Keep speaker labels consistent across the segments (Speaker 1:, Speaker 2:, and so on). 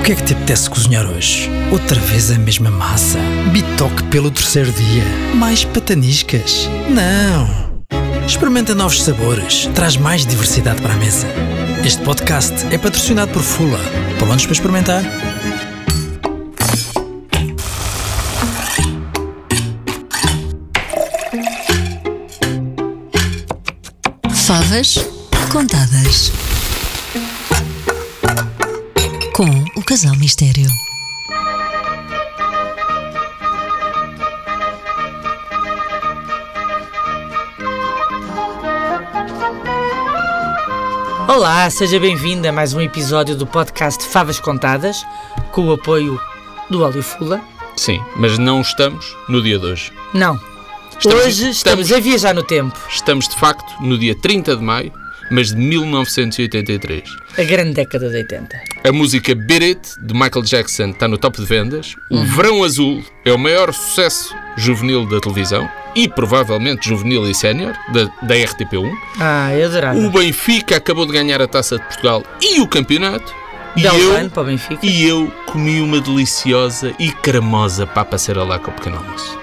Speaker 1: O que é que te apetece cozinhar hoje? Outra vez a mesma massa? Bitoque pelo terceiro dia? Mais pataniscas? Não! Experimenta novos sabores, traz mais diversidade para a mesa. Este podcast é patrocinado por Fula. Prontos para experimentar?
Speaker 2: Favas contadas. Com o Casal Mistério.
Speaker 3: Olá, seja bem-vinda a mais um episódio do podcast Favas Contadas, com o apoio do Óleo Fula.
Speaker 4: Sim, mas não estamos no dia de hoje.
Speaker 3: Não,
Speaker 4: Estamos-
Speaker 3: hoje estamos,
Speaker 4: estamos-
Speaker 3: a viajar no tempo.
Speaker 4: Estamos de facto no dia 30 de maio, mas de 1983.
Speaker 3: A grande década de 80.
Speaker 4: A música Beat It, de Michael Jackson, está no top de vendas. O Verão Azul é o maior sucesso juvenil da televisão e provavelmente juvenil e sénior da, da RTP1.
Speaker 3: Ah, eu adorava.
Speaker 4: O Benfica acabou de ganhar a Taça de Portugal e o campeonato. E
Speaker 3: Belo
Speaker 4: eu,
Speaker 3: ano para o Benfica.
Speaker 4: e eu comi uma deliciosa e cremosa papa será lá com o pequeno almoço.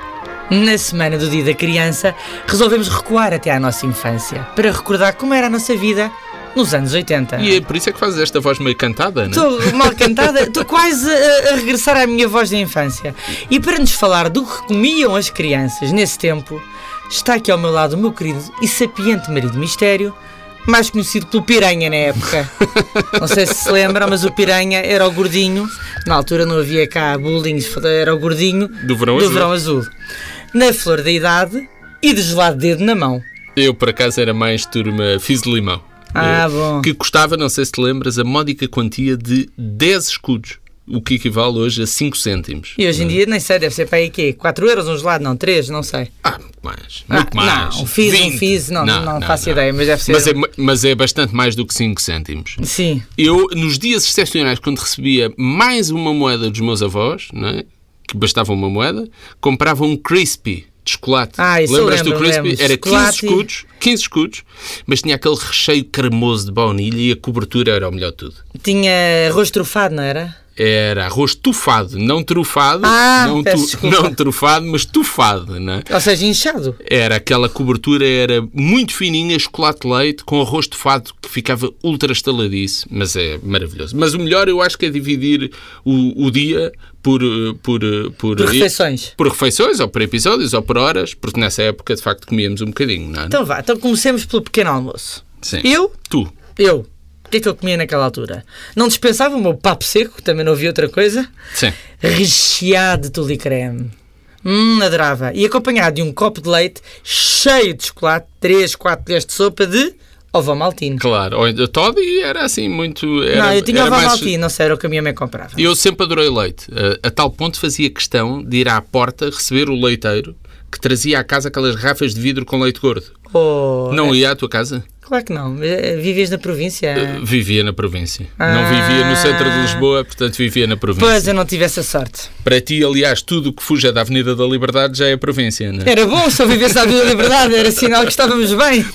Speaker 3: Na semana do Dia da Criança, resolvemos recuar até à nossa infância, para recordar como era a nossa vida nos anos 80.
Speaker 4: E é por isso é que fazes esta voz meio cantada, não é?
Speaker 3: Estou mal cantada, estou quase a, a regressar à minha voz da infância. E para nos falar do que comiam as crianças nesse tempo, está aqui ao meu lado o meu querido e sapiente marido mistério, mais conhecido pelo Piranha na época. Não sei se se lembra, mas o Piranha era o gordinho. Na altura não havia cá bullying, era o gordinho
Speaker 4: Do Verão
Speaker 3: do
Speaker 4: Azul.
Speaker 3: verão azul. Na flor da idade e de gelado de dedo na mão.
Speaker 4: Eu, por acaso, era mais turma fiz de limão.
Speaker 3: Ah,
Speaker 4: Eh,
Speaker 3: bom.
Speaker 4: Que custava, não sei se te lembras, a módica quantia de 10 escudos, o que equivale hoje a 5 cêntimos.
Speaker 3: E hoje em dia, nem sei, deve ser para aí quê? 4 euros um gelado? Não, 3, não sei.
Speaker 4: Ah, muito mais.
Speaker 3: Ah,
Speaker 4: Muito mais.
Speaker 3: não, fiz, não
Speaker 4: 20.
Speaker 3: fiz, não, não faço ideia, mas deve ser- um-
Speaker 4: Mas é, ma- mas é bastante mais do que 5 cêntimos.
Speaker 3: Sim.
Speaker 4: Eu, nos dias excepcionais, quando recebia mais uma moeda dos meus avós, não é? que bastava uma moeda, comprava um crispy de chocolate.
Speaker 3: Ah, isso eu
Speaker 4: Lembras do
Speaker 3: lembro,
Speaker 4: crispy?
Speaker 3: lembro.
Speaker 4: Era 15
Speaker 3: Chocolate e-
Speaker 4: escudos, 15 escudos, mas tinha aquele recheio cremoso de baunilha e a cobertura era o melhor de tudo.
Speaker 3: Tinha arroz trufado, não era?
Speaker 4: Era arroz tufado, não trufado,
Speaker 3: Ah,
Speaker 4: não,
Speaker 3: peço desculpa.
Speaker 4: não trufado, mas tufado, não é?
Speaker 3: Ou seja, inchado.
Speaker 4: Era aquela cobertura, era muito fininha, chocolate de leite, com arroz tofado que ficava ultra estaladiço, mas é maravilhoso. Mas o melhor eu acho que é dividir o, o dia por, eh, por, eh, por,
Speaker 3: Por refeições.
Speaker 4: Por refeições, ou por episódios, ou por horas, porque nessa época de facto comíamos um bocadinho, não é?
Speaker 3: Então vá, então comecemos pelo pequeno almoço.
Speaker 4: Sim.
Speaker 3: Eu,
Speaker 4: Tu,
Speaker 3: eu, o que é que eu comia naquela altura? Não dispensava o meu papo seco, também não havia outra coisa.
Speaker 4: sim.
Speaker 3: Recheado de tule e creme. Hum, adorava. E acompanhado de um copo de leite cheio de chocolate, 3, 4 colheres de sopa de ovo maltino.
Speaker 4: Claro, ou ainda Toddy era assim muito. Era,
Speaker 3: não, eu tinha
Speaker 4: era
Speaker 3: ovo
Speaker 4: mais-
Speaker 3: maltino, não sei, era o que a minha mãe comprava.
Speaker 4: Eu sempre adorei leite. Eh, A, a tal ponto fazia questão de ir à porta receber o leiteiro que trazia à casa aquelas garrafas de vidro com leite gordo.
Speaker 3: Oh,
Speaker 4: Não ia à tua casa?
Speaker 3: Claro que não. Eh, Vivias na província?
Speaker 4: Vivia na província.
Speaker 3: É. Ah.
Speaker 4: Não vivia no centro de Lisboa, portanto vivia na província.
Speaker 3: Pois, eu não tive essa sorte.
Speaker 4: Para ti, aliás, tudo o que fuja da Avenida da Liberdade já é província, não é?
Speaker 3: Era bom se eu vivesse à vida da verdade, era sinal que estávamos bem.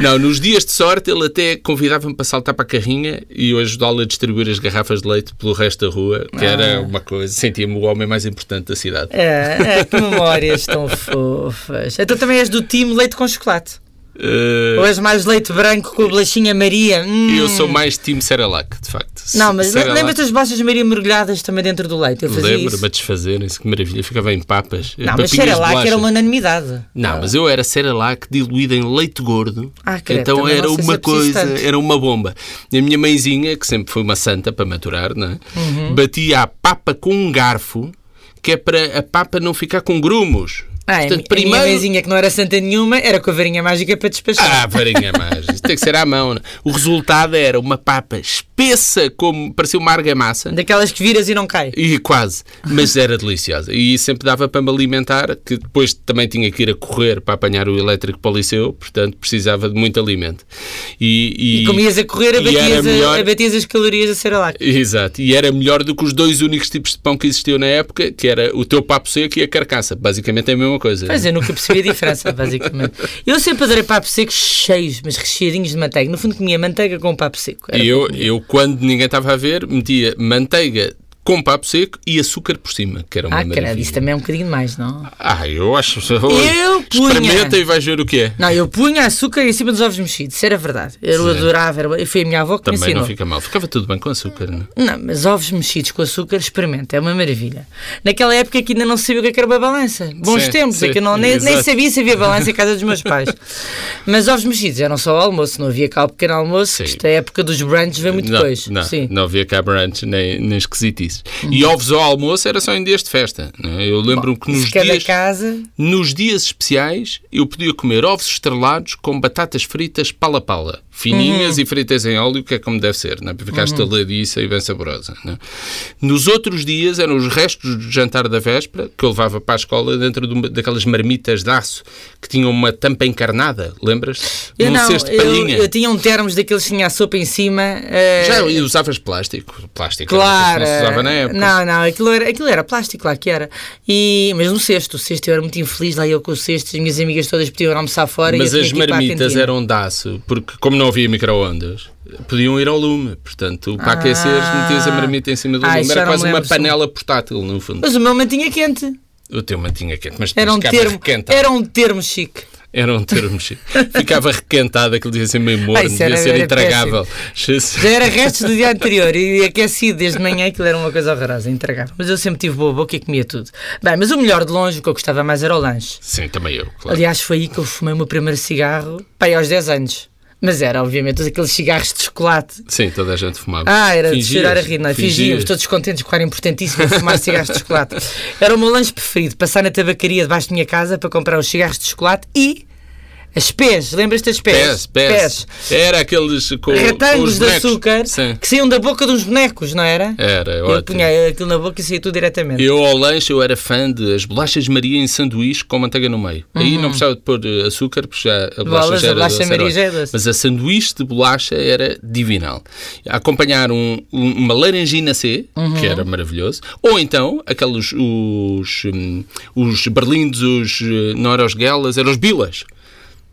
Speaker 4: Não, nos dias de sorte ele até convidava-me para saltar para a carrinha e eu ajudá-lo a distribuir as garrafas de leite pelo resto da rua, que era uma coisa. Sentia-me o homem mais importante da cidade.
Speaker 3: Ah. É, é, que memórias tão fofas. Então também és do time leite com chocolate.
Speaker 4: Eh,
Speaker 3: Ou és mais leite branco com a bolachinha Maria? Hum.
Speaker 4: eu sou mais time Seralac, de facto.
Speaker 3: Não, mas
Speaker 4: Cerelac.
Speaker 3: lembras das bolachas Maria mergulhadas também dentro do leite? Eu fazia isso.
Speaker 4: Lembro-me de desfazerem-se, que maravilha. Ficava em papas.
Speaker 3: Não, mas
Speaker 4: papinhas de
Speaker 3: era lá que era
Speaker 4: bolacha.
Speaker 3: uma unanimidade.
Speaker 4: Não, mas eu era Cerelac diluído em leite gordo.
Speaker 3: Ah, credo,
Speaker 4: então
Speaker 3: também
Speaker 4: era
Speaker 3: não sei se é
Speaker 4: uma
Speaker 3: preciso
Speaker 4: coisa,
Speaker 3: tanto.
Speaker 4: era uma bomba. E a minha mãezinha, que sempre foi uma santa para maturar, não é?
Speaker 3: Uhum.
Speaker 4: batia a papa com um garfo, que é para a papa não ficar com grumos.
Speaker 3: Ah, a, mi- a minha mãezinha que não era santa nenhuma era com a varinha mágica para despachar.
Speaker 4: Ah, varinha mais. Isso tem que ser à mão. não é? O resultado era uma papa espessa, como parecia uma argamassa.
Speaker 3: Daquelas que viras e não cai.
Speaker 4: E quase, mas era deliciosa. E sempre dava para me alimentar, que depois também tinha que ir a correr para apanhar o elétrico para o liceu, portanto precisava de muito alimento. E,
Speaker 3: E, comias a correr,
Speaker 4: e era
Speaker 3: abatias, a-
Speaker 4: melhor-
Speaker 3: abatias as calorias a Cerelac.
Speaker 4: Exato, e era melhor do que os dois únicos tipos de pão que existiam na época, que era o teu papo seco e a carcaça. Basicamente é a mesma coisa.
Speaker 3: Pois eu nunca percebi a diferença, basicamente. Eu sempre adorei papo seco cheios, mas recheadinhos de manteiga. No fundo, comia manteiga com papo seco. Era
Speaker 4: E eu,
Speaker 3: bom.
Speaker 4: eu Quando ninguém estava a ver, metia manteiga com papo seco e açúcar por cima, que era uma
Speaker 3: Ah,
Speaker 4: maravilha.
Speaker 3: caralho, isso também é um bocadinho mais, não?
Speaker 4: Ah, eu acho.
Speaker 3: Eu punha.
Speaker 4: Experimenta e vais ver o que é.
Speaker 3: Não, eu punha açúcar em cima dos ovos mexidos, isso era verdade. Eu adorava, era... foi a minha avó que
Speaker 4: Também
Speaker 3: me ensinou.
Speaker 4: não fica mal. Ficava tudo bem com açúcar, não? é?
Speaker 3: Não, mas ovos mexidos com açúcar, experimenta, é uma maravilha. Naquela época que ainda não se sabia o que é que era uma balança. Bons
Speaker 4: Sim,
Speaker 3: tempos,
Speaker 4: sim,
Speaker 3: é que eu não, nem, nem
Speaker 4: exato.
Speaker 3: sabia se havia balança em casa dos meus pais. mas ovos mexidos eram só ao almoço, não havia cá o pequeno almoço,
Speaker 4: Sim.
Speaker 3: que isto é a época dos brunches, vem muito
Speaker 4: não,
Speaker 3: depois.
Speaker 4: Não,
Speaker 3: Sim.
Speaker 4: não havia cá brunch nem, nem esquisitices. E ovos ao almoço era só em dias de festa. não é? Eu lembro-me que nos
Speaker 3: Se cada
Speaker 4: dias,
Speaker 3: casa.
Speaker 4: nos dias especiais eu podia comer ovos estrelados com batatas fritas pala-pala. Fininhas
Speaker 3: Uhum.
Speaker 4: e fritas em óleo, que é como deve ser, não é? para ficar estaladiça e bem saborosa. não é? Nos outros dias eram os restos do jantar da véspera que eu levava para a escola dentro de uma- daquelas marmitas de aço que tinham uma tampa encarnada, lembras?
Speaker 3: Eu
Speaker 4: Num
Speaker 3: não,
Speaker 4: cesto de
Speaker 3: eu,
Speaker 4: palhinha.
Speaker 3: eu tinha um termos daqueles que tinha a sopa em cima. eh,
Speaker 4: Já usavas plástico? Plástico era uma
Speaker 3: Claro. é.
Speaker 4: coisa que não se usava na época.
Speaker 3: Não, não, aquilo era, aquilo era plástico lá que era. E, mas no cesto, o cesto eu era muito infeliz lá eu com o cesto, as minhas amigas todas podiam almoçar fora
Speaker 4: Mas
Speaker 3: e eu
Speaker 4: as
Speaker 3: tinha que ir para a
Speaker 4: marmitas
Speaker 3: cantina.
Speaker 4: eram de aço, porque como não havia micro-ondas, podiam ir ao lume. Portanto, para aqueceres, metias a marmita em cima do
Speaker 3: Ah,
Speaker 4: lume.
Speaker 3: isso
Speaker 4: Era
Speaker 3: já não
Speaker 4: quase
Speaker 3: me
Speaker 4: uma
Speaker 3: lembro, sim.
Speaker 4: panela portátil, no fundo.
Speaker 3: Mas o meu mantinha quente.
Speaker 4: O teu mantinha quente, mas depois
Speaker 3: Era um,
Speaker 4: ficava
Speaker 3: termo,
Speaker 4: requentado. Era...
Speaker 3: era um termo chique.
Speaker 4: um termo chique. Ficava requentado, aquilo devia ser meio morno,
Speaker 3: Ah, isso
Speaker 4: devia
Speaker 3: era-
Speaker 4: ser
Speaker 3: era
Speaker 4: intragável.
Speaker 3: Já era restos do dia anterior e aquecido desde manhã, aquilo era uma coisa horrorosa, entregável. Mas eu sempre tive boa boca e comia tudo. Bem, mas o melhor de longe, o que eu gostava mais era o lanche.
Speaker 4: Sim, também eu, claro.
Speaker 3: Aliás, foi aí que eu fumei o meu primeiro cigarro, pai, aos 10 anos. Mas era, obviamente, aqueles cigarros de chocolate.
Speaker 4: Sim, toda a gente fumava.
Speaker 3: Ah, era de
Speaker 4: Fingias,
Speaker 3: chorar a rir, não é? Fingíamos,
Speaker 4: fingias.
Speaker 3: todos contentes que era importantíssimo eu fumar cigarros de chocolate. Era o meu lanche preferido, passar na tabacaria debaixo da minha casa para comprar os cigarros de chocolate e as pés, lembras-te das pés?
Speaker 4: Pés, pés. Era aqueles com, com os
Speaker 3: Retângulos de
Speaker 4: bonecos.
Speaker 3: açúcar
Speaker 4: Sim.
Speaker 3: que saíam da boca dos bonecos, não era?
Speaker 4: Era,
Speaker 3: Eu
Speaker 4: ótimo.
Speaker 3: punha aquilo na boca e saía tudo diretamente.
Speaker 4: Eu ao lanche eu era fã de as bolachas Maria em sanduíche com manteiga no meio. Aí
Speaker 3: Uhum.
Speaker 4: não precisava de pôr eh, açúcar, porque já a bolacha
Speaker 3: Bolas,
Speaker 4: já
Speaker 3: a
Speaker 4: era
Speaker 3: bolacha
Speaker 4: doce, era
Speaker 3: Maria
Speaker 4: ótimo.
Speaker 3: já é doce.
Speaker 4: Mas a sanduíche de bolacha era divinal. Acompanhar um- um- uma laranjina C,
Speaker 3: Uhum.
Speaker 4: que era maravilhoso, ou então aqueles os, hum, os berlindos, os, eh, não eram os guelas, eram os bilas.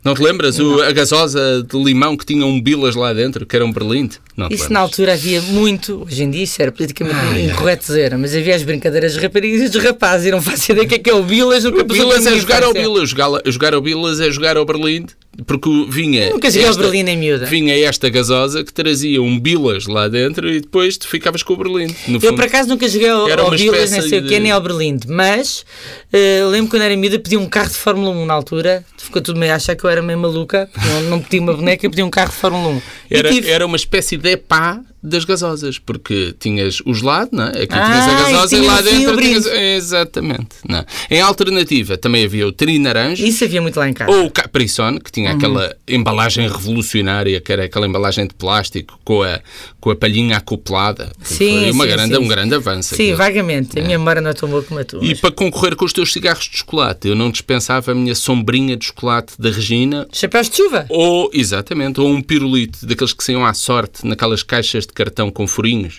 Speaker 4: Não te lembras? O- a gasosa de limão que tinha um bilas lá dentro, que era um berlinde? Não te
Speaker 3: Isso na
Speaker 4: lembras?
Speaker 3: altura havia muito, hoje em dia isso era politicamente incorreto dizer, mas havia as brincadeiras de raparigas e dos rapazes, e não faço ideia o que é que é o Bilas, o que
Speaker 4: O Bilas é jogar ao
Speaker 3: Bilas.
Speaker 4: Bilas. Jogar, jogar ao Bilas é jogar ao Berlinde. Porque o- vinha.
Speaker 3: Nunca joguei ao Berlinde em miúda.
Speaker 4: Vinha esta gasosa que trazia um Bilas lá dentro e depois tu ficavas com o Berlinde. No
Speaker 3: Eu
Speaker 4: fundo.
Speaker 3: por acaso nunca joguei ao,
Speaker 4: Era
Speaker 3: ao
Speaker 4: uma
Speaker 3: Vilas, nem
Speaker 4: espécie
Speaker 3: sei o que,
Speaker 4: de-
Speaker 3: nem ao Berlinde, mas eh, lembro quando era miúda pedi um carro de Fórmula 1 na altura, ficou tudo meio a achar que eu era meio maluca, porque não, não pedi uma boneca, eu pedi um carro de Fórmula 1. E
Speaker 4: Era,
Speaker 3: tive-
Speaker 4: era uma espécie de epá das gasosas, porque tinhas o gelado, não é? Aqui tinhas
Speaker 3: Ah,
Speaker 4: a
Speaker 3: e
Speaker 4: gasosa e
Speaker 3: tinha
Speaker 4: lá
Speaker 3: no fim o
Speaker 4: dentro tinhas.
Speaker 3: brinde.
Speaker 4: Exatamente. não. é? Em alternativa, também havia o trinaranjo.
Speaker 3: Isso havia muito lá em casa.
Speaker 4: Ou o Capricone, que tinha aquela embalagem revolucionária, que era aquela embalagem de plástico com a, com a palhinha acoplada.
Speaker 3: Sim,
Speaker 4: Foi uma
Speaker 3: sim,
Speaker 4: grande,
Speaker 3: sim.
Speaker 4: um grande avanço.
Speaker 3: Sim,
Speaker 4: aquilo.
Speaker 3: vagamente. A minha memória não é tão boa como a tua.
Speaker 4: E
Speaker 3: mas-
Speaker 4: para concorrer com os teus cigarros de chocolate, eu não dispensava a minha sombrinha de chocolate da Regina
Speaker 3: Chapéus de chuva?
Speaker 4: ou, exatamente, ou um pirulito, daqueles que saiam à sorte naquelas caixas de cartão com furinhos.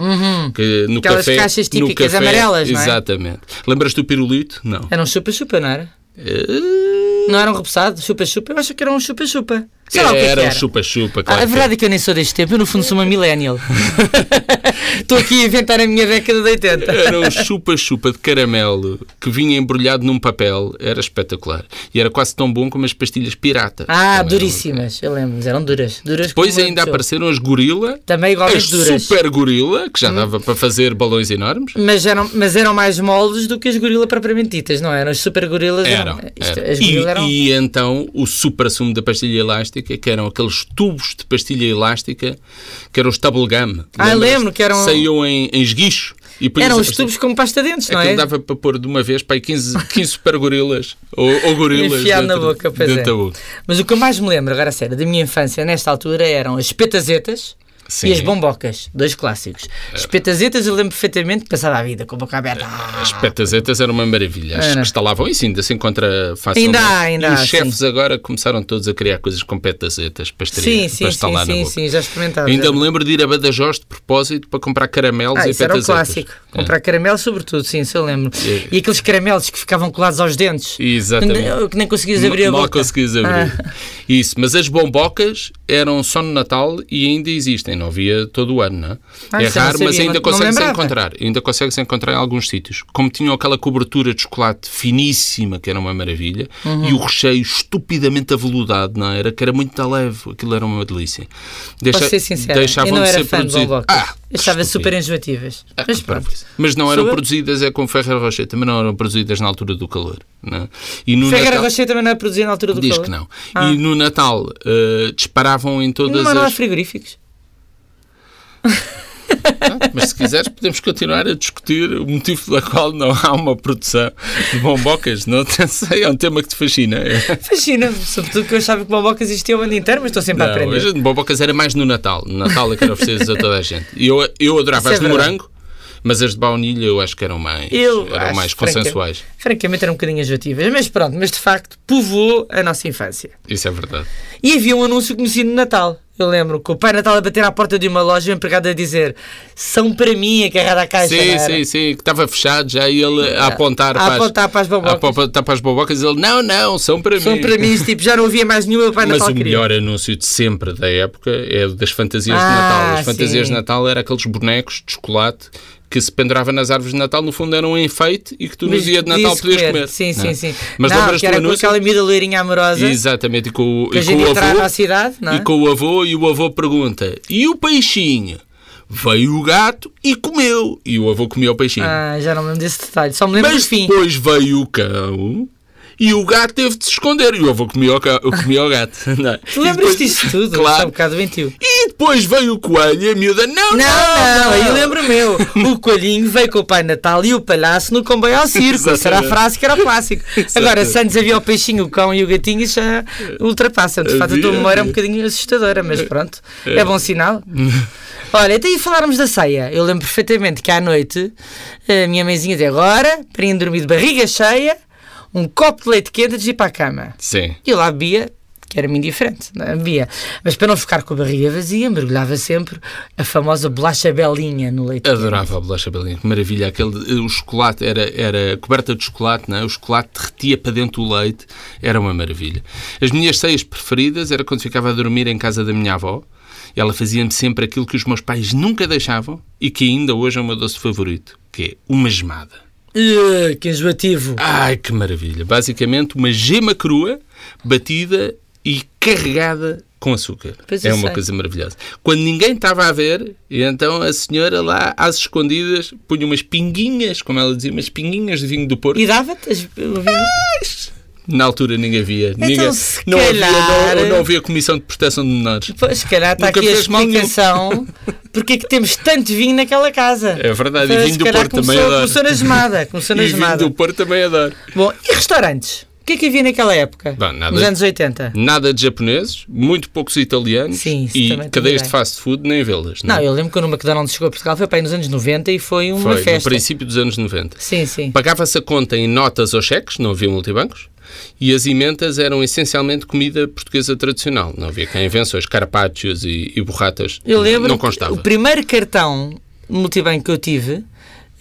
Speaker 4: Que no
Speaker 3: Uhum. Aquelas
Speaker 4: café,
Speaker 3: caixas
Speaker 4: no
Speaker 3: típicas
Speaker 4: café-
Speaker 3: amarelas, não é?
Speaker 4: Exatamente. Lembras do pirulito? Não.
Speaker 3: Era um chupa-chupa, não era? Não era um repousado? Chupa-chupa? Eu acho que era um chupa-chupa. Sei lá o que é que
Speaker 4: era
Speaker 3: era.
Speaker 4: um chupa-chupa,
Speaker 3: Ah,
Speaker 4: claro.
Speaker 3: a
Speaker 4: que
Speaker 3: verdade é que eu nem sou deste tempo, eu no fundo sou uma millennial. Estou aqui a inventar a minha década de Ah, 80.
Speaker 4: Era um chupa-chupa de caramelo que vinha embrulhado num papel, era espetacular. E era quase tão bom como as pastilhas pirata.
Speaker 3: Ah,
Speaker 4: Também era-
Speaker 3: duríssimas, eu lembro, mas eram duras. duras
Speaker 4: Depois
Speaker 3: como uma
Speaker 4: ainda
Speaker 3: pessoa.
Speaker 4: apareceram as gorila,
Speaker 3: Também
Speaker 4: as
Speaker 3: igualmente duras. Hum.
Speaker 4: super gorila, que já dava para fazer balões enormes.
Speaker 3: Mas, eram, mas eram mais moldes do que as gorila propriamente ditas, não é? eram? As super gorilas
Speaker 4: Eram.
Speaker 3: isto,
Speaker 4: eram.
Speaker 3: As
Speaker 4: E,
Speaker 3: gorila eram.
Speaker 4: e então o supra-sumo da pastilha elástica, que eram aqueles tubos de pastilha elástica, que eram os tablegam.
Speaker 3: Ah, lembro que eram-
Speaker 4: Saíam em, em esguicho. E punhas
Speaker 3: eram
Speaker 4: a
Speaker 3: os
Speaker 4: pastilha-
Speaker 3: tubos como pasta de dentes, não
Speaker 4: Aquilo
Speaker 3: é?
Speaker 4: dava para pôr de uma vez para aí 15, 15 super gorilas ou, ou gorilas
Speaker 3: Enfiado na
Speaker 4: dentro-
Speaker 3: boca, pois
Speaker 4: dentro
Speaker 3: é.
Speaker 4: da boca.
Speaker 3: Mas o que eu mais me lembro, agora a sério, da minha infância, nesta altura, eram as petazetas
Speaker 4: Sim. É.
Speaker 3: e as bombocas, dois clássicos. As petazetas eu lembro perfeitamente, que passava a vida com a boca aberta. Ah,
Speaker 4: As petazetas eram uma maravilha. As que
Speaker 3: Era.
Speaker 4: instalavam isso, ainda se encontra facilmente.
Speaker 3: Ainda há, ainda
Speaker 4: e os
Speaker 3: há,
Speaker 4: chefes agora começaram todos a criar coisas com petazetas para, estaria-
Speaker 3: Sim, sim,
Speaker 4: para
Speaker 3: sim,
Speaker 4: instalar na
Speaker 3: sim,
Speaker 4: boca.
Speaker 3: sim, já experimentava.
Speaker 4: Ainda me lembro de ir a Badajoz de propósito para comprar caramelos
Speaker 3: Ah,
Speaker 4: e
Speaker 3: isso era um
Speaker 4: petazetas. É.
Speaker 3: clássico. Comprar caramelos, sobretudo, sim, se eu lembro. E aqueles caramelos que ficavam colados aos dentes.
Speaker 4: Exatamente.
Speaker 3: Que nem conseguias abrir a
Speaker 4: Mal
Speaker 3: boca. Ah.
Speaker 4: conseguias abrir. Isso, mas as bombocas eram só no Natal e ainda existem. não havia todo o ano, não é?
Speaker 3: Ah,
Speaker 4: é
Speaker 3: isso eu não
Speaker 4: raro, mas
Speaker 3: sabia,
Speaker 4: ainda
Speaker 3: não- não
Speaker 4: consegue-se
Speaker 3: lembrava.
Speaker 4: encontrar. Ainda consegue-se encontrar em alguns sítios. Como tinham aquela cobertura de chocolate finíssima, que era uma maravilha,
Speaker 3: Uhum.
Speaker 4: e o recheio estupidamente aveludado, não é? era? Que era muito leve, aquilo era uma delícia. Deixa,
Speaker 3: Posso ser sincera, eu
Speaker 4: deixavam
Speaker 3: não
Speaker 4: de
Speaker 3: era
Speaker 4: ser
Speaker 3: fã de
Speaker 4: produzido-
Speaker 3: bombocas.
Speaker 4: Ah, que
Speaker 3: Achava super
Speaker 4: estúpido.
Speaker 3: enjoativas.
Speaker 4: Ah,
Speaker 3: Mas
Speaker 4: que
Speaker 3: pronto.
Speaker 4: parvoíce. Mas não eram
Speaker 3: Sou eu.
Speaker 4: produzidas, é com Ferreira Rocher, também não eram produzidas na altura do calor. Não é? e no
Speaker 3: Ferreira
Speaker 4: Natal-
Speaker 3: Rocher também não é produzida na altura do
Speaker 4: Diz
Speaker 3: calor.
Speaker 4: que não.
Speaker 3: Ah.
Speaker 4: E no Natal eh, disparavam em todas
Speaker 3: Não, não há
Speaker 4: as.
Speaker 3: frigoríficos.
Speaker 4: Mas se quiseres, podemos continuar a discutir o motivo pela qual não há uma produção de bombocas. Não sei, é um tema que te fascina.
Speaker 3: Fascina-me, sobretudo que eu achava que bombocas existia o ano inteiro, mas estou sempre a
Speaker 4: Não,
Speaker 3: aprender.
Speaker 4: a gente de bombocas era mais no Natal. No Natal é que era oferecidas a toda a gente. E Eu, eu
Speaker 3: Isso
Speaker 4: adorava
Speaker 3: é
Speaker 4: as de
Speaker 3: verdade.
Speaker 4: morango, mas as de baunilha eu acho que eram mais,
Speaker 3: Eu
Speaker 4: eram
Speaker 3: acho,
Speaker 4: mais
Speaker 3: franca-
Speaker 4: consensuais.
Speaker 3: Francamente eram um bocadinho enjoativas, mas pronto, mas de facto povoou a nossa infância.
Speaker 4: Isso é verdade.
Speaker 3: E havia um anúncio conhecido no Natal. Eu lembro que o Pai Natal a bater à porta de uma loja e o empregado a dizer são para mim a carrada à caixa. não
Speaker 4: Sim,
Speaker 3: era?
Speaker 4: sim, sim, que estava fechado já e ele a apontar,
Speaker 3: a apontar para as bobocas.
Speaker 4: a apontar para as bobocas e ele, não, não, são para
Speaker 3: São
Speaker 4: mim.
Speaker 3: para mim, tipo, já não havia mais nenhuma o Pai
Speaker 4: Mas
Speaker 3: Natal
Speaker 4: o
Speaker 3: queria.
Speaker 4: melhor anúncio de sempre da época é o das fantasias de
Speaker 3: Ah,
Speaker 4: Natal. As fantasias
Speaker 3: sim.
Speaker 4: de Natal eram aqueles bonecos de chocolate que se pendurava nas árvores de Natal, no fundo era um enfeite e que tu
Speaker 3: Mas
Speaker 4: no dia de Natal
Speaker 3: podia-se
Speaker 4: podias comer.
Speaker 3: Sim,
Speaker 4: Não é?
Speaker 3: sim, sim.
Speaker 4: Mas
Speaker 3: não,
Speaker 4: lembras-te
Speaker 3: que
Speaker 4: do
Speaker 3: era com
Speaker 4: anúncio?
Speaker 3: aquela miúda loirinha amorosa
Speaker 4: Exatamente, e com, o-
Speaker 3: que
Speaker 4: e
Speaker 3: hoje
Speaker 4: com
Speaker 3: em dia
Speaker 4: o
Speaker 3: traz
Speaker 4: avô.
Speaker 3: à cidade, não é?
Speaker 4: E com o avô, e o avô pergunta: E o peixinho? Veio o gato e comeu. E o avô comeu o peixinho.
Speaker 3: Ah, já não me lembro desse detalhe. Só me lembro
Speaker 4: Mas
Speaker 3: do fim.
Speaker 4: depois veio o cão e o gato teve de se esconder. E o avô comia o, ca- comia o gato. não é?
Speaker 3: Tu
Speaker 4: E
Speaker 3: lembras
Speaker 4: depois-
Speaker 3: disto tudo? Isso é um
Speaker 4: Claro.
Speaker 3: bocado doentio.
Speaker 4: E depois veio o coelho e a miúda. Não, não,
Speaker 3: Não, não, aí
Speaker 4: não."
Speaker 3: lembro-me eu. O coelhinho veio com o Pai Natal e o palhaço no comboio ao circo. Isso era a
Speaker 4: Exatamente.
Speaker 3: frase que era o clássico. Agora,
Speaker 4: Exatamente.
Speaker 3: se antes havia o peixinho, o cão e o gatinho, isso já ultrapassam. De facto, a tua
Speaker 4: Havia,
Speaker 3: memória é um
Speaker 4: havia.
Speaker 3: bocadinho assustadora, mas pronto, é bom sinal. Olha, até aí falarmos da ceia. Eu lembro perfeitamente que à noite a minha mãezinha de agora, para ir dormir de barriga cheia, um copo de leite quente antes de ir para a cama.
Speaker 4: Sim.
Speaker 3: E eu lá bebia, que era-me indiferente, não é? bebia. Mas para não ficar com a barriga vazia, mergulhava sempre a famosa bolacha belinha no leite.
Speaker 4: Adorava a bolacha Berlim, que maravilha. Aquele, o chocolate era, era coberta de chocolate, não é? o chocolate derretia para dentro do leite, era uma maravilha. As minhas ceias preferidas era quando ficava a dormir em casa da minha avó. Ela fazia-me sempre aquilo que os meus pais nunca deixavam e que ainda hoje é o meu doce favorito, que é uma gemada.
Speaker 3: Uh, que enjoativo!
Speaker 4: Ai, que maravilha! Basicamente, uma gema crua, batida e carregada com açúcar.
Speaker 3: Pois
Speaker 4: é
Speaker 3: eu
Speaker 4: uma
Speaker 3: sei.
Speaker 4: coisa maravilhosa. Quando ninguém estava a ver, e então a senhora lá, às escondidas, punha umas pinguinhas, como ela dizia, umas pinguinhas de vinho do Porto.
Speaker 3: E dava-te as- o vinho?
Speaker 4: Na altura ninguém via. ninguém,
Speaker 3: Então, se
Speaker 4: não,
Speaker 3: calhar-
Speaker 4: havia, não, não havia comissão de proteção de menores.
Speaker 3: Pois, se calhar está
Speaker 4: Nunca
Speaker 3: aqui a
Speaker 4: fez mal nenhum.
Speaker 3: explicação porque é que temos tanto vinho naquela casa.
Speaker 4: É verdade, e
Speaker 3: Pois,
Speaker 4: vinho
Speaker 3: se
Speaker 4: do
Speaker 3: calhar
Speaker 4: Porto também
Speaker 3: começou,
Speaker 4: adoro.
Speaker 3: Começou na gemada, começou na
Speaker 4: E vinho
Speaker 3: gemada.
Speaker 4: do Porto também é adoro.
Speaker 3: Bom, e restaurantes? O que é que havia naquela época?
Speaker 4: Bom, nada-
Speaker 3: Nos anos 80?
Speaker 4: Nada de japoneses, muito poucos italianos
Speaker 3: Sim, isso
Speaker 4: e
Speaker 3: também tem
Speaker 4: cadeias
Speaker 3: ideia.
Speaker 4: de fast food nem vê-las.
Speaker 3: Não,
Speaker 4: é?
Speaker 3: eu lembro que o McDonald's chegou a Portugal foi para aí nos anos 90 e foi uma
Speaker 4: Foi no
Speaker 3: festa.
Speaker 4: princípio dos anos 90.
Speaker 3: Sim, sim.
Speaker 4: Pagava-se a conta em notas ou cheques, não havia multibancos, e as emendas eram essencialmente comida portuguesa tradicional. Não havia cá invenções, carpaccios e, e borratas.
Speaker 3: Eu lembro
Speaker 4: Não
Speaker 3: que
Speaker 4: constava.
Speaker 3: o primeiro cartão multibanco que eu tive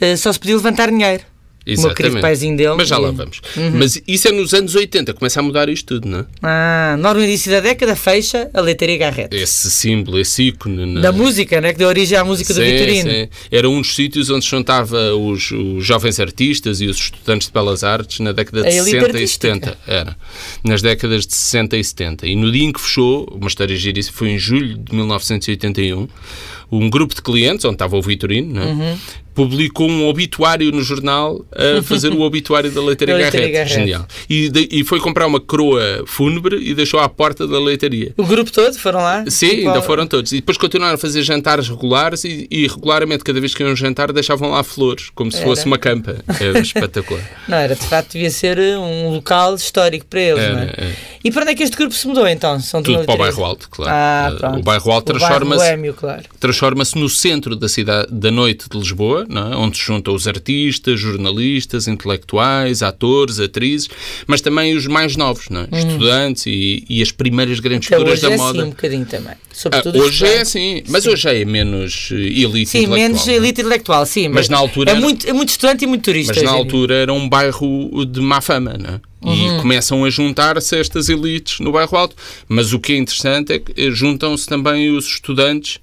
Speaker 3: eh, só se podia levantar dinheiro. O meu querido
Speaker 4: Exatamente.
Speaker 3: paizinho dele.
Speaker 4: Mas já lá
Speaker 3: eh,
Speaker 4: vamos. Mas isso é nos anos 80, começa a mudar isto tudo, não é?
Speaker 3: Ah, nós no início da década fecha a leitaria Garrett.
Speaker 4: Esse símbolo, esse ícone. não é?
Speaker 3: Da música, né? Que deu origem à música do
Speaker 4: Sim,
Speaker 3: Vitorino.
Speaker 4: sim. Era um dos sítios onde se juntava os, os jovens artistas e os estudantes de belas artes na década
Speaker 3: A
Speaker 4: de
Speaker 3: elite
Speaker 4: 60 e
Speaker 3: artística.
Speaker 4: 70. Era. Nas décadas de 60 e 70. E no dia em que fechou, uma história gira, isso foi em julho de 1981, um grupo de clientes, onde estava o Vitorino, não é?
Speaker 3: Uhum.
Speaker 4: publicou um obituário no jornal a fazer o obituário da leitaria
Speaker 3: Da leitaria
Speaker 4: Garrett.
Speaker 3: Garrett.
Speaker 4: Genial. E, de- e foi comprar uma coroa fúnebre e deixou à porta da leitaria.
Speaker 3: O grupo todo foram lá?
Speaker 4: Sim,
Speaker 3: Tipo,
Speaker 4: ainda
Speaker 3: ó,
Speaker 4: foram todos. E depois continuaram a fazer jantares regulares e, e regularmente, cada vez que iam um jantar, deixavam lá flores, como se fosse uma campa. Era espetacular.
Speaker 3: Não, era de facto, devia ser eh, um local histórico para eles,
Speaker 4: Era,
Speaker 3: não é?
Speaker 4: era.
Speaker 3: E para onde é que este grupo se mudou então? São de
Speaker 4: Tudo para o
Speaker 3: leitaria.
Speaker 4: bairro alto, claro.
Speaker 3: Ah,
Speaker 4: Eh,
Speaker 3: pronto.
Speaker 4: o bairro alto
Speaker 3: O bairro
Speaker 4: transforma-se
Speaker 3: boémio, claro.
Speaker 4: transforma-se no centro da cidade da noite de Lisboa, não é? onde se juntam os artistas, jornalistas, intelectuais, atores, atrizes, mas também os mais novos, não é? estudantes e, e as primeiras grandes
Speaker 3: Uhum. Até
Speaker 4: figuras
Speaker 3: hoje
Speaker 4: da
Speaker 3: é
Speaker 4: moda.
Speaker 3: assim um bocadinho também.
Speaker 4: Ah,
Speaker 3: Sobretudo os
Speaker 4: hoje é
Speaker 3: brancos.
Speaker 4: assim, mas hoje já é menos eh, elite
Speaker 3: Sim,
Speaker 4: intelectual,
Speaker 3: menos
Speaker 4: não é?
Speaker 3: elite intelectual, sim.
Speaker 4: Mas na altura
Speaker 3: É
Speaker 4: era-
Speaker 3: muito, é muito estudante e muito turista.
Speaker 4: Mas na
Speaker 3: hoje em dia.
Speaker 4: altura era um bairro de má fama, não é?
Speaker 3: Uhum.
Speaker 4: E começam a juntar-se estas elites no bairro alto. Mas o que é interessante é que eh, juntam-se também os estudantes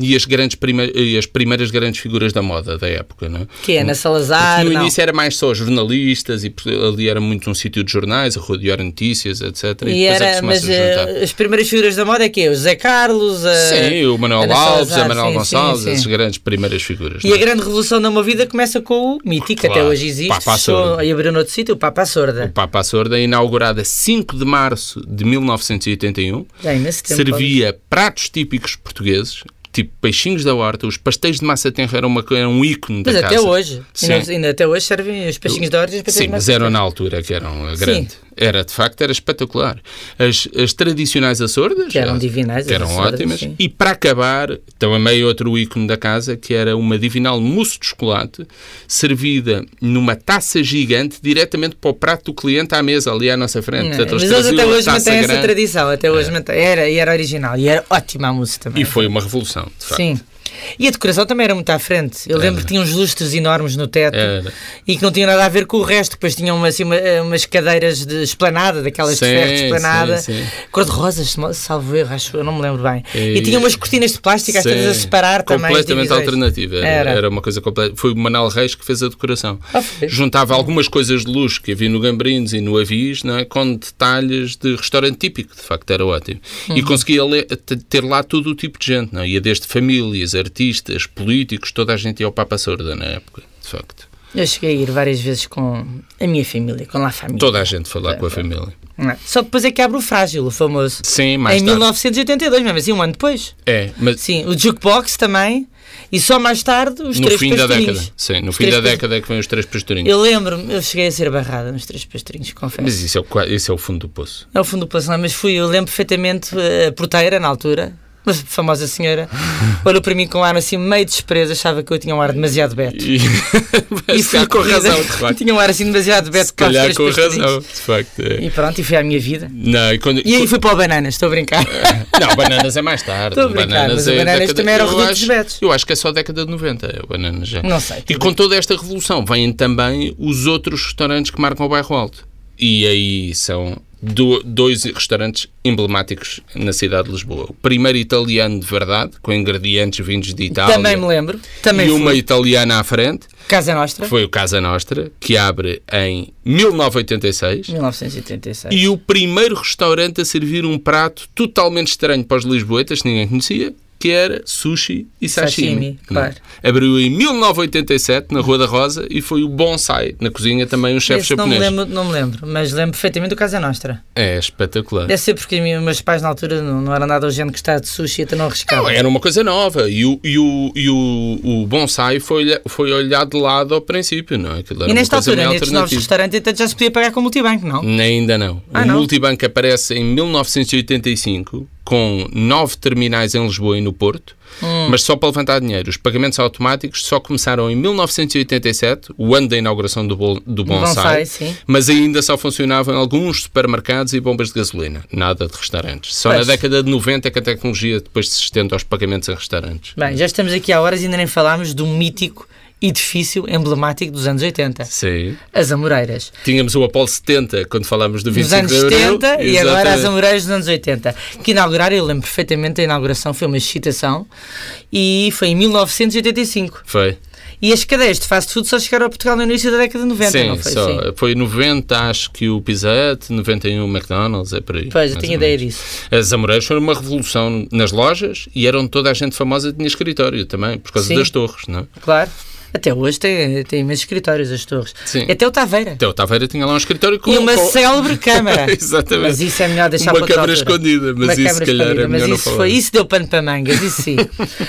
Speaker 4: e as, grandes prime- e as primeiras grandes figuras da moda da época. Não é?
Speaker 3: Que é, Ana Salazar,
Speaker 4: No
Speaker 3: não.
Speaker 4: início era mais só jornalistas e por- ali era muito um sítio de jornais, a rodear notícias, etc. E,
Speaker 3: E
Speaker 4: depois é
Speaker 3: era,
Speaker 4: acostuma-se
Speaker 3: mas
Speaker 4: a juntar.
Speaker 3: eh, as primeiras figuras da moda é que é o José Carlos, a-
Speaker 4: Sim, o Manuel
Speaker 3: Ana
Speaker 4: Alves,
Speaker 3: Salazar,
Speaker 4: a Manuel
Speaker 3: sim, sim,
Speaker 4: Gonçalves,
Speaker 3: sim.
Speaker 4: as grandes primeiras figuras.
Speaker 3: E
Speaker 4: não
Speaker 3: a
Speaker 4: é?
Speaker 3: grande revolução da movida começa com o mítico, que até
Speaker 4: Claro,
Speaker 3: hoje existe,
Speaker 4: Papa à
Speaker 3: fechou
Speaker 4: Sorda.
Speaker 3: e abriu noutro sítio, o Papa à
Speaker 4: O
Speaker 3: Sorda.
Speaker 4: Papa é Sorda, inaugurada 5 de março de 1981,
Speaker 3: Já nesse É tempo.
Speaker 4: servia pratos típicos portugueses, tipo peixinhos da horta, os pastéis de massa tenra eram, uma, co- eram um ícone
Speaker 3: Mas
Speaker 4: da
Speaker 3: até
Speaker 4: casa.
Speaker 3: hoje,
Speaker 4: Sim.
Speaker 3: ainda, ainda até hoje servem os peixinhos de horta e os peixinhos
Speaker 4: Sim,
Speaker 3: de
Speaker 4: mas
Speaker 3: massa.
Speaker 4: eram na altura que eram eh, grande. Era, de facto, era espetacular. As, as tradicionais açordas...
Speaker 3: Que eram
Speaker 4: eh,
Speaker 3: divinais,
Speaker 4: Que
Speaker 3: as
Speaker 4: eram
Speaker 3: açordas,
Speaker 4: ótimas.
Speaker 3: sim.
Speaker 4: E, para acabar, também outro ícone da casa, que era uma divinal mousse de chocolate, servida numa taça gigante, diretamente para o prato do cliente à mesa, ali à nossa frente.
Speaker 3: Não, é?
Speaker 4: Portanto,
Speaker 3: mas eles
Speaker 4: traziam
Speaker 3: até
Speaker 4: a
Speaker 3: hoje
Speaker 4: taça
Speaker 3: mantêm essa
Speaker 4: grande É.
Speaker 3: tradição, até hoje mantêm. Era, e era original, e era ótima a música também.
Speaker 4: E foi uma revolução, de facto.
Speaker 3: Sim. E a decoração também era muito à frente. Eu lembro que tinha uns lustres enormes no teto
Speaker 4: Era.
Speaker 3: e que não tinha nada a ver com o resto. Depois tinham uma- assim, uma- umas cadeiras de esplanada, daquelas de
Speaker 4: Sim,
Speaker 3: ferro de esplanada,
Speaker 4: sim, sim.
Speaker 3: cor-de-rosas, salvo erro, acho, eu não me lembro bem. E,
Speaker 4: E-
Speaker 3: tinha umas cortinas de plástico às
Speaker 4: Sim.
Speaker 3: vezes a separar também. as
Speaker 4: Completamente
Speaker 3: divisões.
Speaker 4: alternativa. Era. era uma coisa completa. Foi o Manal Reis que fez a decoração.
Speaker 3: Ah, foi?
Speaker 4: Juntava algumas coisas de luxo que havia no Gambrinos e no Avis, não é? com detalhes de restaurante típico, de facto, era ótimo.
Speaker 3: Uhum.
Speaker 4: E conseguia le- t- ter lá todo o tipo de gente, não é? Ia desde famílias, artistas, políticos, toda a gente ia ao Papa Sorda na época, de facto.
Speaker 3: Eu cheguei a ir várias vezes com a minha família, com lá a família.
Speaker 4: Toda a gente foi lá com a família.
Speaker 3: Não é? Só depois é que abre o frágil, o famoso.
Speaker 4: Sim, mais
Speaker 3: em
Speaker 4: tarde.
Speaker 3: 1982, mesmo assim, um ano depois.
Speaker 4: É, mas
Speaker 3: Sim, o jukebox também. E só mais tarde os
Speaker 4: no
Speaker 3: três
Speaker 4: fim da
Speaker 3: pastorinhos.
Speaker 4: década. Sim, no
Speaker 3: Os
Speaker 4: fim
Speaker 3: três
Speaker 4: da
Speaker 3: pas-
Speaker 4: década é que vem os três pastorinhos.
Speaker 3: Eu lembro-me, eu cheguei a ser barrada nos três pastorinhos, confesso.
Speaker 4: Mas isso é, o, qua- isso é o fundo do poço.
Speaker 3: Não é o fundo do Plaza, mas fui, eu lembro perfeitamente eh, a porteira na altura, uma famosa senhora, olhou para mim com um ar assim meio de desprezo, achava que eu tinha um ar demasiado beto.
Speaker 4: E,
Speaker 3: E
Speaker 4: Mas
Speaker 3: fui
Speaker 4: cá com
Speaker 3: pedida-
Speaker 4: razão, de facto.
Speaker 3: Tinha um ar assim demasiado beto
Speaker 4: Se
Speaker 3: para os
Speaker 4: calhar
Speaker 3: três
Speaker 4: com
Speaker 3: pastorinhos.
Speaker 4: razão, de facto. é.
Speaker 3: E pronto, e foi à minha vida.
Speaker 4: Não, e quando-
Speaker 3: E aí
Speaker 4: co-
Speaker 3: fui para o Bananas, estou a brincar.
Speaker 4: não, Bananas é mais tarde. é
Speaker 3: Estou a brincar, mas o Bananas também era o
Speaker 4: eu
Speaker 3: reduto
Speaker 4: acho-
Speaker 3: dos Betos.
Speaker 4: Eu acho que é só década de 90, é o Bananas já.
Speaker 3: Não sei.
Speaker 4: E com toda esta revolução vêm também os outros restaurantes que marcam o bairro alto. E aí são do- dois restaurantes emblemáticos na cidade de Lisboa. O primeiro italiano de verdade, com ingredientes vindos de Itália.
Speaker 3: Também me lembro. Também
Speaker 4: Então, E
Speaker 3: fui.
Speaker 4: uma italiana à frente,
Speaker 3: Casa Nostra,
Speaker 4: que foi o Casa Nostra, que abre em 1986.
Speaker 3: 1986.
Speaker 4: E o primeiro restaurante a servir um prato totalmente estranho para os lisboetas, que ninguém conhecia, que era sushi e sashimi.
Speaker 3: Sashimi, claro.
Speaker 4: Não. é? Abriu em 1987, na Rua da Rosa, e foi o Bonsai. Na cozinha também um chefe
Speaker 3: Esse não, me
Speaker 4: japonês.
Speaker 3: lembro, não me lembro, mas lembro perfeitamente do Casa Nostra.
Speaker 4: É espetacular.
Speaker 3: Deve ser porque os meus pais na altura não, não eram nada o género que está de sushi, até não arriscavam.
Speaker 4: Não, era uma coisa nova. E o, e o, e o, o Bonsai foi, olha- foi olhado de lado ao princípio, não é? Aquilo era
Speaker 3: E
Speaker 4: uma
Speaker 3: nesta
Speaker 4: coisa
Speaker 3: altura,
Speaker 4: meio
Speaker 3: nestes novos
Speaker 4: alternativa. Hum.
Speaker 3: restaurantes, até então já se podia pagar com multibanco, não?
Speaker 4: Nem Ainda não.
Speaker 3: Ah,
Speaker 4: o
Speaker 3: não?
Speaker 4: multibanco aparece em 1985 com nove terminais em Lisboa e no Porto,
Speaker 3: Hum.
Speaker 4: mas só para levantar dinheiro. Os pagamentos automáticos só começaram em 1987, o ano da inauguração do, bol- do
Speaker 3: Bonsai,
Speaker 4: Bonsai,
Speaker 3: sim.
Speaker 4: mas ainda só funcionavam em alguns supermercados e bombas de gasolina. Nada de restaurantes. Só
Speaker 3: Pois.
Speaker 4: na década de 90 é que a tecnologia depois se estende aos pagamentos em restaurantes.
Speaker 3: Bem, já estamos aqui há horas e ainda nem falámos do mítico edifício emblemático dos anos 80,
Speaker 4: Sim.
Speaker 3: as Amoreiras.
Speaker 4: Tínhamos o Apolo 70 quando falámos do
Speaker 3: Dos
Speaker 4: 25
Speaker 3: anos
Speaker 4: de Abril.
Speaker 3: 70 e agora as um-
Speaker 4: Exatamente.
Speaker 3: Amoreiras dos anos 80. Que inauguraram, eu lembro perfeitamente, a inauguração foi uma excitação e foi em 1985.
Speaker 4: Foi.
Speaker 3: E as cadeias de fast food só chegaram a Portugal no início da década de 90,
Speaker 4: Sim,
Speaker 3: não foi? assim?
Speaker 4: só,
Speaker 3: Sim.
Speaker 4: foi 90, acho que o Pizza Hut, 91 o McDonald's, é por aí.
Speaker 3: Pois, eu
Speaker 4: mais
Speaker 3: tinha
Speaker 4: ou menos.
Speaker 3: ideia disso.
Speaker 4: As Amoreiras foram uma revolução nas lojas e eram toda a gente famosa tinha escritório também, por causa
Speaker 3: Sim.
Speaker 4: das torres, não é?
Speaker 3: Claro. Até hoje tem, tem imensos escritórios, as torres.
Speaker 4: Sim.
Speaker 3: Até o Taveira.
Speaker 4: Até o Taveira tinha lá um escritório com...
Speaker 3: E uma
Speaker 4: com-
Speaker 3: célebre câmara.
Speaker 4: Exatamente.
Speaker 3: Mas isso é melhor deixar
Speaker 4: Uma
Speaker 3: para outra
Speaker 4: câmara
Speaker 3: altura.
Speaker 4: escondida, mas
Speaker 3: Uma
Speaker 4: isso, se
Speaker 3: câmara
Speaker 4: calhar, é
Speaker 3: escondida, mas
Speaker 4: melhor não
Speaker 3: isso
Speaker 4: falar.
Speaker 3: foi, isso deu pano para mangas, isso sim.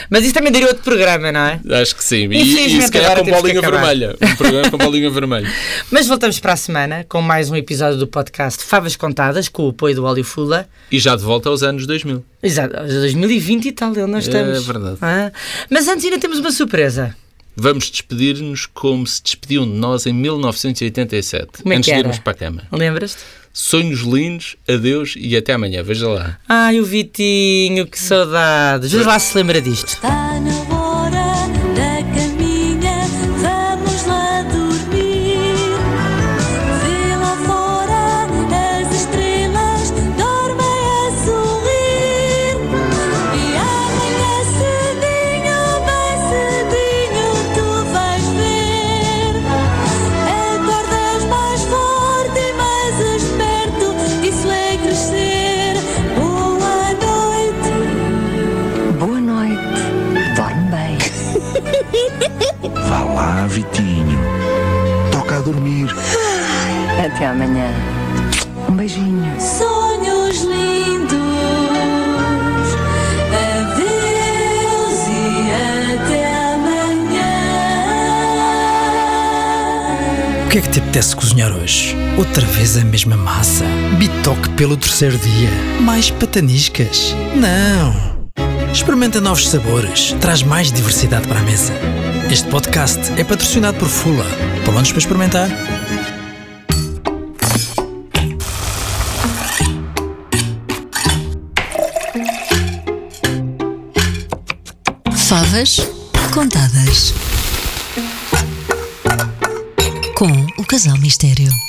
Speaker 3: mas isso também daria outro programa, não é?
Speaker 4: Acho que sim. E, e
Speaker 3: Infelizmente,
Speaker 4: se calhar
Speaker 3: agora
Speaker 4: com
Speaker 3: temos que
Speaker 4: bolinha
Speaker 3: acabar.
Speaker 4: vermelha. Um programa com bolinha vermelha.
Speaker 3: Mas voltamos para a semana com mais um episódio do podcast Favas Contadas, com o apoio do Óleo Fula.
Speaker 4: E já de volta aos anos 2000.
Speaker 3: Exato, 2020 e tal, nós estamos.
Speaker 4: É verdade.
Speaker 3: Ah, mas antes ainda temos uma surpresa.
Speaker 4: Vamos despedir-nos como se despediam de nós em 1987,
Speaker 3: Como é
Speaker 4: antes
Speaker 3: que
Speaker 4: de
Speaker 3: era?
Speaker 4: irmos para a cama.
Speaker 3: Lembras-te?
Speaker 4: Sonhos lindos, adeus e até amanhã. Veja lá.
Speaker 3: Ai, o Vitinho, que saudades. Vamos lá se lembra disto.
Speaker 5: Está na hora da caminha, vamos lá dormir. Vê lá fora as estrelas, dormem a sorrir. E amanhã se vê é
Speaker 6: Vá lá, Vitinho. Toca a dormir.
Speaker 7: Até amanhã. Um beijinho.
Speaker 5: Sonhos lindos, adeus e até amanhã.
Speaker 1: O que é que te apetece cozinhar hoje? Outra vez a mesma massa? Bitoque pelo terceiro dia? Mais pataniscas? Não! Experimenta novos sabores. Traz mais diversidade para a mesa. Este podcast é patrocinado por Fula. Palões para experimentar?
Speaker 2: Favas contadas. Com o Casal Mistério.